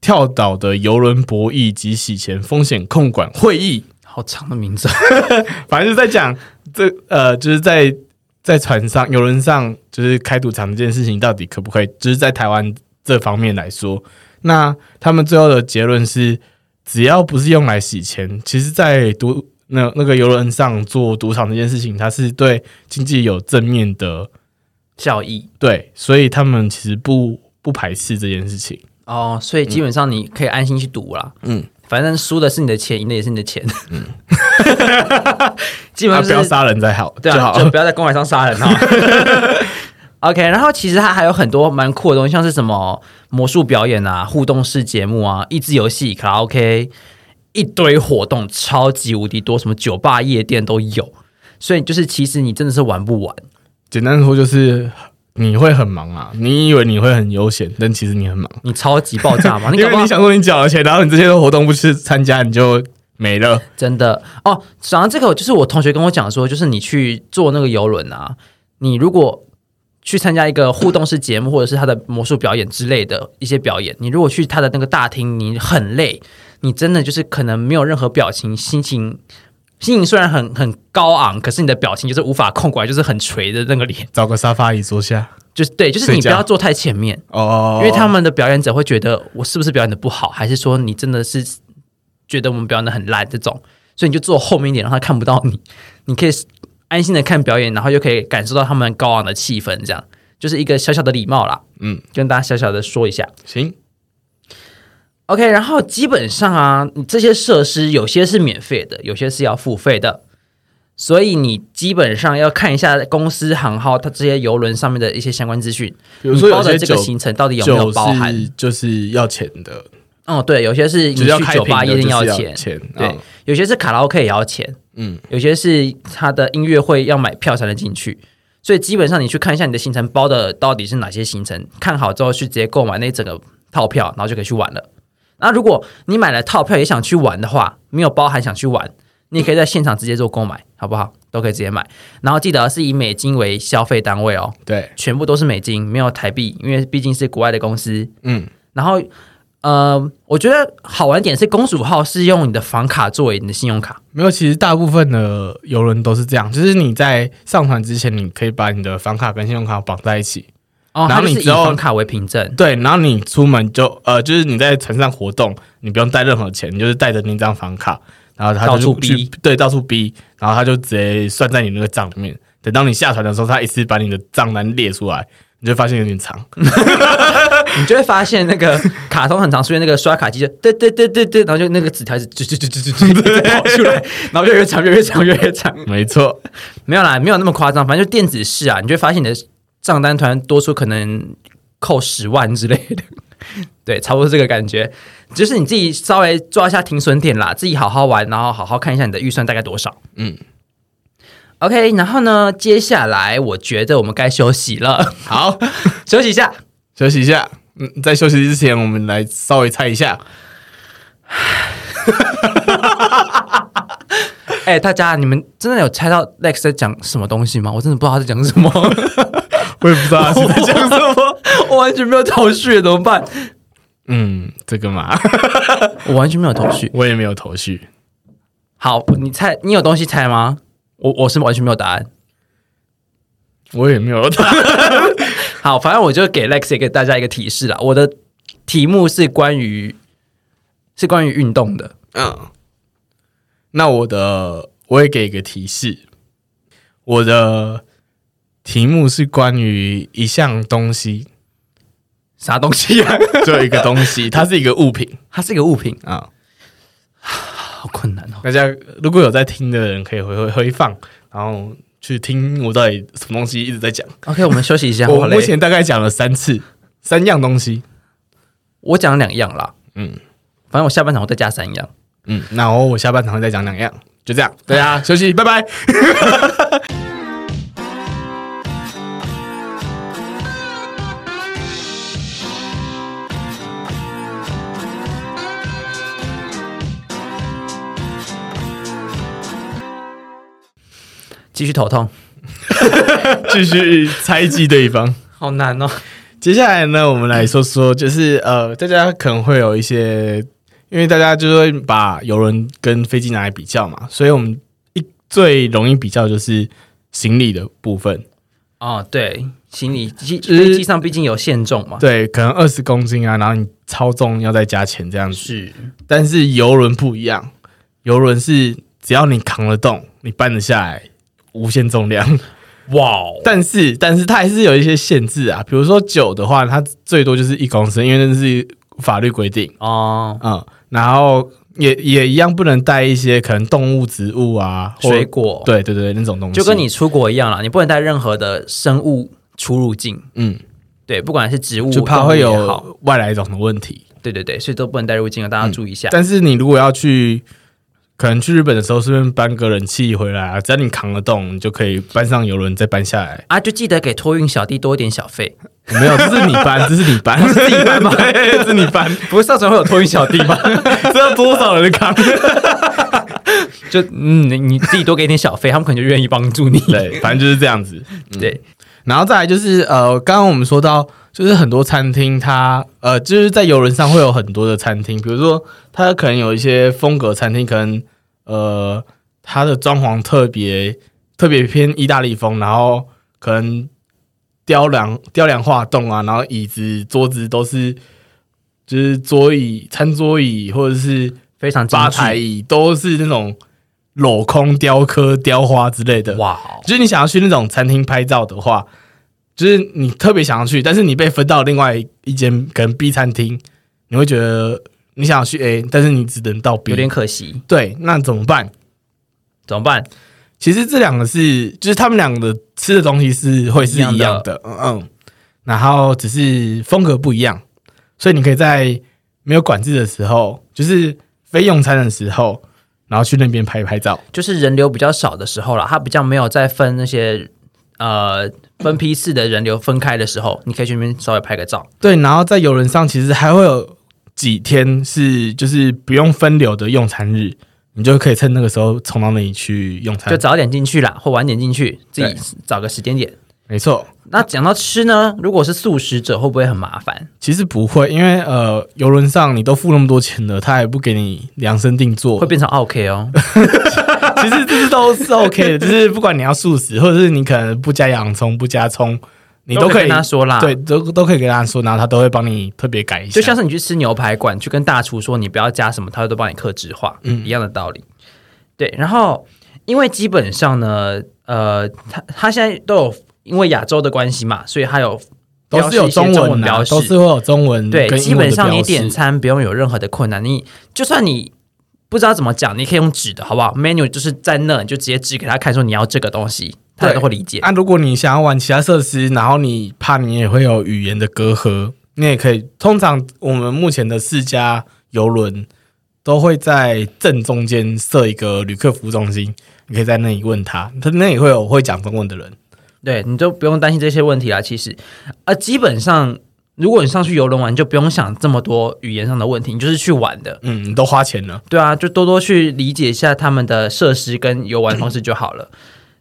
跳岛的游轮博弈及洗钱风险控管会议，
好长的名字，
反正就是在讲这呃，就是在在船上游轮上就是开赌场这件事情到底可不可以，就是在台湾这方面来说，那他们最后的结论是，只要不是用来洗钱，其实在赌那那个游轮上做赌场这件事情，它是对经济有正面的
效益
对，所以他们其实不不排斥这件事情。
哦，所以基本上你可以安心去赌啦。嗯
嗯，
反正输的是你的钱，赢的也是你的 钱。嗯，基本
啊，
上、
不要，杀人再好，
对
就
啊，
好
就不要在公海上杀人 哈。OK，然后其实它还有很多蛮酷的东西，像是什么魔术表演啊、互动式节目啊、益智游戏、卡拉 OK，一堆活动，超级无敌多，什么酒吧、夜店都有。所以就是，其实你真的是玩不完。
简单说就是你会很忙啊，你以为你会很悠闲，但其实你很忙，
你超级爆炸嘛？你
因
搞不
为
好
你想说你缴了钱，然后你这些活动不去参加，你就没了。
真的哦，讲到这个，就是我同学跟我讲说，就是你去坐那个游轮啊，你如果去参加一个互动式节目，或者是他的魔术表演之类的一些表演，你如果去他的那个大厅，你很累，你真的就是可能没有任何表情，心情心情虽然很很高昂，可是你的表情就是无法控管，就是很垂的那个脸，
找个沙发椅坐下。
就是对，就是你
睡
不
觉
要坐太前面，
哦，
因为他们的表演者会觉得我是不是表演的不好，还是说你真的是觉得我们表演的很烂这种，所以你就坐后面一点，让他看不到你，你可以安心的看表演，然后又可以感受到他们高昂的气氛，这样就是一个小小的礼貌啦。
嗯，
跟大家小小的说一下。
行，
OK，然后基本上啊，你这些设施有些是免费的，有些是要付费的，所以你基本上要看一下公司行号它这些游轮上面的一些相关资讯，
比如说
你
有
包的
些
这个
酒
行程到底有没有
酒
包含？
是就是要钱的，
哦，对，有些是你
就是要
去
开
酒吧
瓶
一
的
定
就是
钱，
钱。
对，
嗯
有些是卡拉 OK 也要钱，
嗯，
有些是他的音乐会要买票才能进去。所以基本上你去看一下你的行程包的到底是哪些行程，看好之后去直接购买那一整个套票，然后就可以去玩了。那如果你买了套票也想去玩的话，没有包含想去玩，你也可以在现场直接做购买，好不好？都可以直接买。然后记得是以美金为消费单位哦，
对，
全部都是美金，没有台币，因为毕竟是国外的公司，
嗯，
然后，呃，我觉得好玩点是公主号是用你的房卡作为你的信用卡，
没有，其实大部分的游轮都是这样，就是你在上船之前，你可以把你的房卡跟信用卡绑在一起，
哦，
然后
它就是
你
以
之后
房卡为凭证，
对，然后你出门就呃，就是你在船上活动，你不用带任何钱，你就是带着那张房卡，然后他就
到处
去去
逼
对，到处逼，然后他就直接算在你那个账里面。等到你下船的时候，他一次把你的账单列出来，你就发现有点长。
你就会发现那个卡通很常出现那个刷卡机，就 对对对对对，然后就那个纸条是就就就就就就跑出 来，然后越来越长越来越长越来越长，
没错，
没有啦，没有那么夸张，反正就电子式啊，你就会发现你的账单突然多出可能扣十万之类的。 对，差不多这个感觉，就是你自己稍微抓一下停损点啦，自己好好玩，然后好好看一下你的预算大概多少。
嗯
，OK，然后呢，接下来我觉得我们该休息了，
好，
休息一下。
休息一下。嗯，在休息之前，我们来稍微猜一下。
哎、大家，你们真的有猜到 Lex 在讲什么东西吗？我真的不知道他在讲什么，
我也不知道他是在讲什么。
我完全没有头绪，怎么办？
嗯，这个嘛，
我完全没有头绪。
我也没有头绪。
好，你猜，你有东西猜吗？我我是完全没有答案。
我也没有，
好，反正我就给 Lex 给大家一个提示啦。我的题目是关于是关于运动的，
嗯，那我的我也给一个提示，我的题目是关于一项东 西，
啥东西啊？
就一个东西，它是一个物品
它是一个物品，
啊、
好困难哦。
大家如果有在听的人，可以回回回放，然后去听我到底什么东西一直在讲。
OK，我们休息一下。
我
好嘞
目前大概讲了三次，三样东西。
我讲两样啦，
嗯
反正我下半场我再加三样。
嗯，然后我下半场会再讲两样，就这样，大家啊休息，拜拜。
继续头痛，
继续猜忌对方。
好难哦。
接下来呢，我们来说说，就是呃，大家可能会有一些，因为大家就会把游轮跟飞机拿来比较嘛，所以我们一最容易比较就是行李的部分，
哦，对，行李机
就是
飞机上毕竟有限重嘛，
对，可能二十公斤啊，然后你超重要再加钱这样子。
是
但是游轮不一样，游轮是只要你扛得动，你搬得下来，无限重 量。
哇哦，
但是，但是它还是有一些限制啊，比如说酒的话，它最多就是一公升，因为那是法律规定。
哦，
嗯，然后也也一样不能带一些可能动物、植物啊，或
水果
对对对，那种东西，
就跟你出国一样啦，你不能带任何的生物出入境，
嗯，
对，不管是植物，
就怕会
动物也好
有外来种的问题。
对对对，所以都不能带入境啊，大家注意一下。
但是你如果要去，可能去日本的时候，顺便搬个冷气回来啊，只要你扛得动，你就可以搬上游轮再搬下来。
啊，就记得给托运小弟多一点小费，
没有，这是你搬，这是你搬，是你搬吗？ 这是你搬，
不是上船会有托运小弟 吗？
这要多少人扛？
就嗯，你你自己多给点小费，他们可能就愿意帮助你。
对，反正就是这样子。
对
然后再来就是呃，刚刚我们说到，就是很多餐厅它呃，就是在游轮上会有很多的餐厅，比如说它可能有一些风格餐厅，可能呃它的装潢特别特别偏意大利风，然后可能雕梁雕梁画栋啊，然后椅子桌子都是就是桌椅餐桌椅或者是
非常精
吧
致
台椅都是那种镂空雕刻雕花之类的。
哇哦，
就是你想要去那种餐厅拍照的话，就是你特别想要去，但是你被分到另外一间可能 B 餐厅，你会觉得你想要去 A，但是你只能到 B，
有点可惜，
对，那怎么办？
怎么办？
其实这两个是，就是他们两个吃的东西是会是一样的，
一样
嗯嗯，然后只是风格不一样，所以你可以在没有管制的时候，就是非用餐的时候，然后去那边拍拍照。
就是人流比较少的时候啦，它比较没有在分那些呃分批次的人流分开的时候，你可以去那边稍微拍个照。
对，然后在游轮上其实还会有几天是就是不用分流的用餐日，你就可以趁那个时候冲到那里去用餐
就。早点进去啦，或晚点进去，自
对
己找个时间点。
没错，
那讲到吃呢，如果是素食者，会不会很麻烦？
其实不会，因为呃，游轮上你都付那么多钱了，他还不给你量身定做
会，变成 OK 哦，
其实这都是 OK 的，就是不管你要素食，或者是你可能不加洋葱、不加葱，你都
可
可
以
以
跟他说啦。啊
对，，都都可以跟他说，然后他都会帮你特别改一下。
就像是你去吃牛排馆，去跟大厨说你不要加什么，他都帮你克制化，
嗯
一样的道理。对，然后因为基本上呢，呃，他他现在都有因为亚洲的关系嘛，所以他有
都是有
标示一些中
文
标
的，
示，
都是会有中文
对，
嗯跟
基
英文
本
的
上你
标示
点餐不用有任何的困难，你就算你不知道怎么讲，你可以用指的好不好？menu 就是在那，你就直接指给他看，说你要这个东西，他
对
都会理解。
啊，如果你想要玩其他设施，然后你怕你也会有语言的隔阂，你也可以。通常我们目前的四家游轮都会在正中间设一个旅客服务中心，你可以在那里问他，他那里会有会讲中文的人。
对，你就不用担心这些问题啦。其实，啊，基本上如果你上去游轮玩，你就不用想这么多语言上的问题，你就是去玩的。
嗯，你都花钱了，
对啊，就多多去理解一下他们的设施跟游玩方式就好了。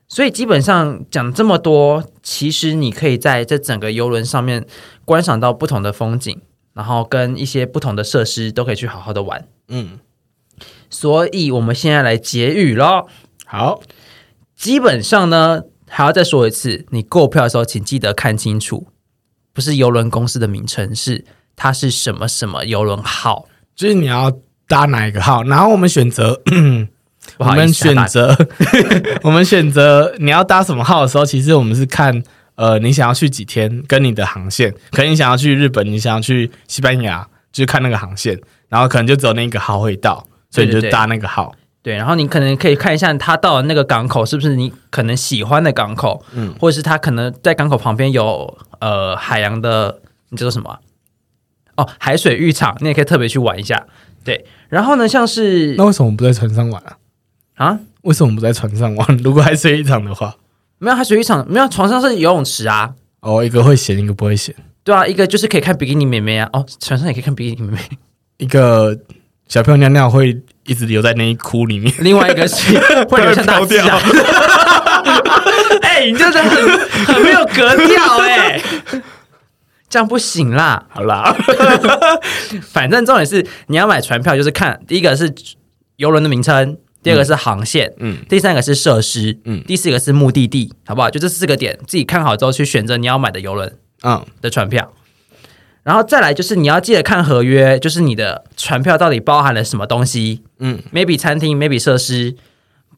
所以基本上讲这么多，其实你可以在这整个游轮上面观赏到不同的风景，然后跟一些不同的设施都可以去好好的玩。
嗯，
所以我们现在来结语咯。
好，
基本上呢，还要再说一次，你购票的时候请记得看清楚，不是游轮公司的名称，是它是什么什么游轮号。
就是你要搭哪一个号，然后我们选择，
不
我
好意思
们
啊
选
大家
择， 我们选择你要搭什么号的时候，其实我们是看呃你想要去几天跟你的航线，可能你想要去日本，你想要去西班牙，就是看那个航线，然后可能就只有那个号会到，所以你
对对
就
对
搭那个号。
对，然后你可能可以看一下他到的那个港口是不是你可能喜欢的港口，嗯，或者是他可能在港口旁边有呃海洋的，你叫做什么啊、哦，海水浴场，你也可以特别去玩一下。对，然后呢，像是
那为什么不在船上玩啊？
啊，
为什么不在船上玩？ 如果还睡一场的话，
没有海水浴场，没有床上是游泳池啊，
哦，一个会咸，一个不会咸，
对啊，一个就是可以看比基尼妹妹啊，哦，船上也可以看比基尼妹妹，
一个小朋友尿尿会一直留在那一窟里面。
另外一个是会流向大自然。 哎、你真的很很没有格调哎、 这样不行啦。
好啦，
反正重点是你要买船票，就是看第一个是游轮的名称，第二个是航线，嗯
嗯，
第三个是设施，嗯
嗯，
第四个是目的地，好不好？就这四个点，自己看好之后去选择你要买的游轮
嗯，
的船票。然后再来就是你要记得看合约，就是你的船票到底包含了什么东西，嗯
嗯
，maybe 餐厅，maybe 设施，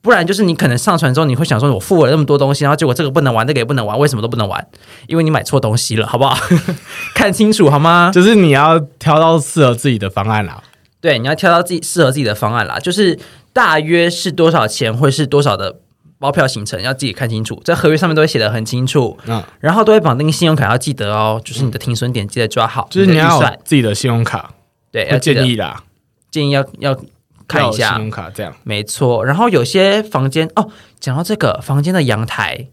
不然就是你可能上船之后你会想说，我付了那么多东西，然后结果这个不能玩，那个也不能玩，为什么都不能玩？因为你买错东西了，好不好？ 看清楚好吗？
就是你要挑到适合自己的方案啊啦。
对，你要挑到自己适合自己的方案啦，就是大约是多少钱，会是多少的包票行程，要自己看清楚，在合约上面都会写的很清楚，
嗯，
然后都会绑定信用卡，要记得哦，就是你的停损点记得抓好，
就是你
的预
要有
算，
自己的信用卡，
对，要
会
记得
建议啦，
建议要要看
要
一
有信
下，
用卡这样。
没错。然后有些房间哦，讲到这个房间的阳台，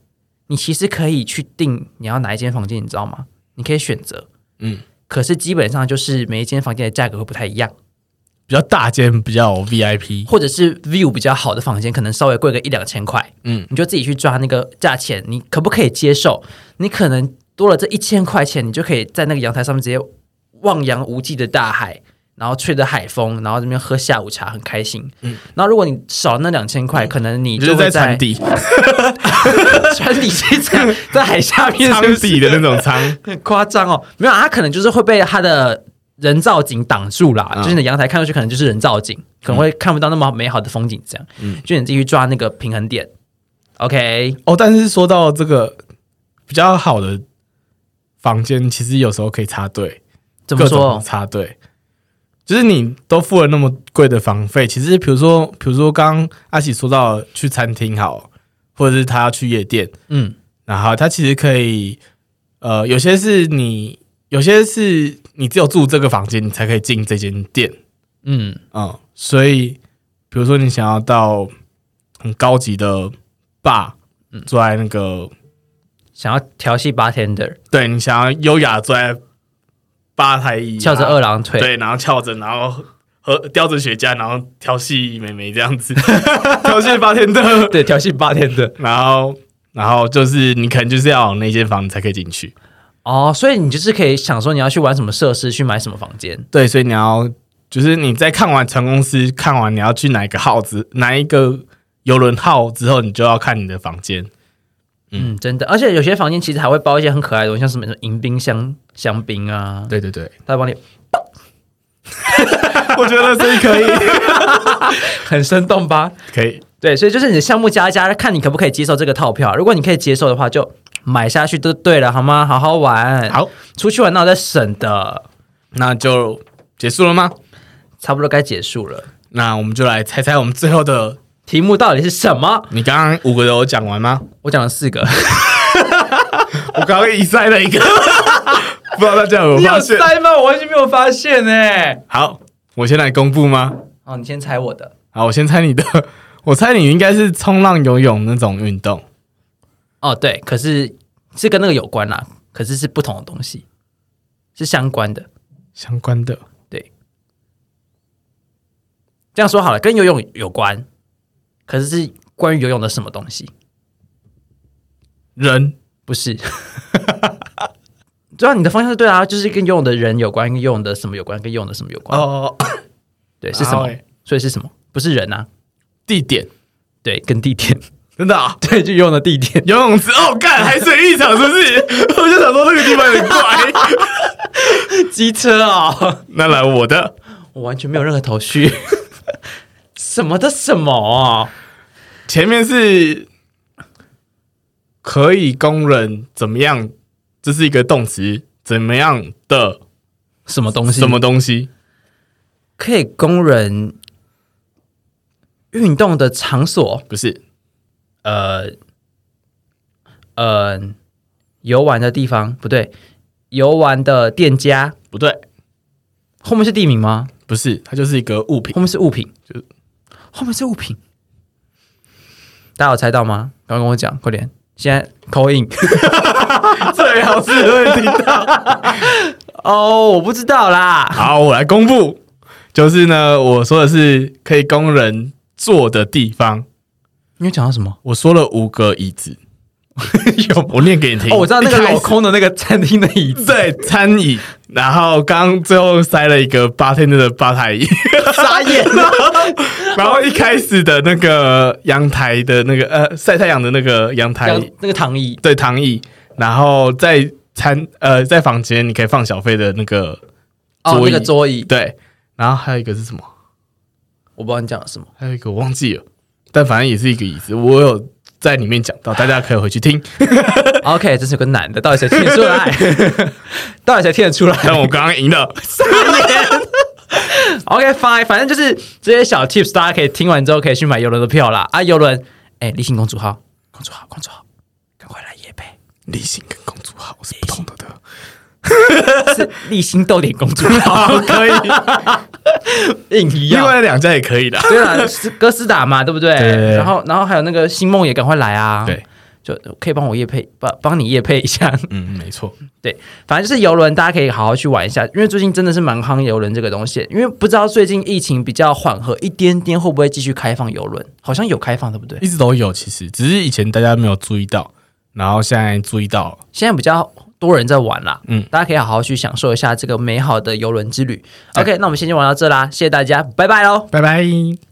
你其实可以去定你要哪一间房间，你知道吗？你可以选择，
嗯，
可是基本上就是每一间房间的价格会不太一样。
比较大间，比较有 VIP，
或者是 view 比较好的房间，可能稍微贵个一两千块，嗯
嗯，
你就自己去抓那个价钱，你可不可以接受？你可能多了这一千块钱，你就可以在那个阳台上面直接望洋无际的大海，然后吹着海风，然后这边喝下午茶，很开心。然后如果你少那两千块，可能你
嗯你就是
会
在
在
船 底、
船底是这样，在海下面
舱
是不是
底的那种舱，
很夸张哦，没有，啊，它可能就是会被它的人造景挡住啦，
嗯
就是你的阳台看过去可能就是人造景，可能会看不到那么美好的风景，这样，
嗯
就你自己去抓那个平衡点。OK，
哦，但是说到这个比较好的房间，其实有时候可以插队，
怎么
各种
说？
插队？就是你都付了那么贵的房费，其实比如说，比如说刚刚阿喜说到去餐厅好，或者是他要去夜店，
嗯，
然后他其实可以，呃，有些是你，有些是你只有住这个房间，你才可以进这间店，
嗯，
嗯，所以比如说你想要到很高级的 bar，坐
嗯
在那个
想要调戏 bartender，
对你想要优雅地坐在吧台椅，啊
翘着二郎腿，
对，然后翘着，然后喝叼着雪茄，然后调戏美眉这样子， 调戏八天的，
对，调戏 bartender。
然后然后就是你可能就是要有那间房你才可以进去，
哦，所以你就是可以想说你要去玩什么设施，去买什么房间。
对，所以你要就是你在看完船公司看完你要去哪一个号子，哪一个游轮号之后，你就要看你的房间，
嗯，真的，而且有些房间其实还会包一些很可爱的东西，像什么什么迎宾香香槟啊，
对对对，
它会帮你
我觉得这可以，
很生动吧？
可以，
对，所以就是你的项目加一加，看你可不可以接受这个套票。如果你可以接受的话，就买下去就对了，好吗？好好玩，
好，
出去玩那我在省的，
那就结束了吗？
差不多该结束了。
那我们就来猜猜我们最后的，
题目到底是什么？
你刚刚五个都有讲完吗？
我讲了四个，
我刚刚已塞了一个， 不知道大家有 没
你
有发
有
现？
猜吗？我完全没有发现呢、
好，我先来公布吗？
好，你先猜我的，
好，我先猜你的， 我猜你应该是冲浪、游泳那种运动。
哦，对，可是是跟那个有关啦，可是是不同的东西，是相关的。
相关的，
这样说好了，跟游泳有关，可是是关于游泳的什么东西？
人
不是。 知道你的方向是对啊，就是跟游泳的人有关，跟游泳的什么有关，跟游泳的什么有关，
哦，
对，是什么？
然后欸
所以是什么？不是人啊，
地点，
对，跟地点，
真的、啊，
对，就游泳的地点，
游泳池哦，干海水浴场是不是？ 我就想说这个地方有点 怪。
机车哦，
那来我的，
我完全没有任何头绪， 什么的什么哦，
前面是可以供人怎么样？这是一个动词，怎么样的
什么东西？
什么东西？
可以供人运动的场所？
不是
呃，呃，游玩的地方不对，游玩的店家
不对，
后面是地名吗？
不是，它就是一个 物品。
后面是物品，
就是
后面是物品。大家有猜到吗？赶快跟我讲，快点！现在口 音
最好是会听到。
哦，我不知道啦。
好，我来公布，就是呢，我说的是可以供人坐的地方。
你有讲到什么？
我说了五个椅子， 有我念给你听。
哦，我知道那个
一开始
镂空的那个餐厅的椅子，
对餐椅，然后刚刚最后塞了一个八天的吧台椅，
傻眼了。
然后一开始的那个阳台的那个呃晒太阳的那个阳台
讲那个躺椅，
对躺椅，然后在餐呃在房间你可以放小费的那个
哦，
桌
那
椅
个桌椅，
对，然后还有一个是什么？
我不知道你讲了什么。
还有一个我忘记了，但反正也是一个椅子，我有在里面讲到，大家可以回 去听。
OK，这是有个男的，到底谁听得出来？ 到底谁听得出来
但我刚刚赢了，
？OK，fine，、反正就是这些小 tips，大家可以听完之后可以去买游轮的票啦。啊，游轮，哎，立信公主号，公主号，公主号，赶快来夜呗。
立信跟公主好是不同的的。
是立新逗点公主
好，
号，
可以，
硬一
另
样。
外两家也可以的。
对啦，是哥斯达嘛，对不对？
对
然后，然后还有那个星梦也赶快来啊！
对，
就可以帮我夜配，帮帮你夜配一下。
嗯，没错，
对，反正就是游轮，大家可以好好去玩一下，因为最近真的是蛮夯游轮这个东西。因为不知道最近疫情比较缓和一点点，会不会继续开放游轮？好像有开放，对不对？
一直都有，其实只是以前大家没有注意到，然后现在注意到了。
现在比较多人在玩啦，
嗯
嗯，大家可以好好去享受一下这个美好的游轮之旅。OK，那我们先就玩到这啦，谢谢大家，拜拜喽。
拜拜。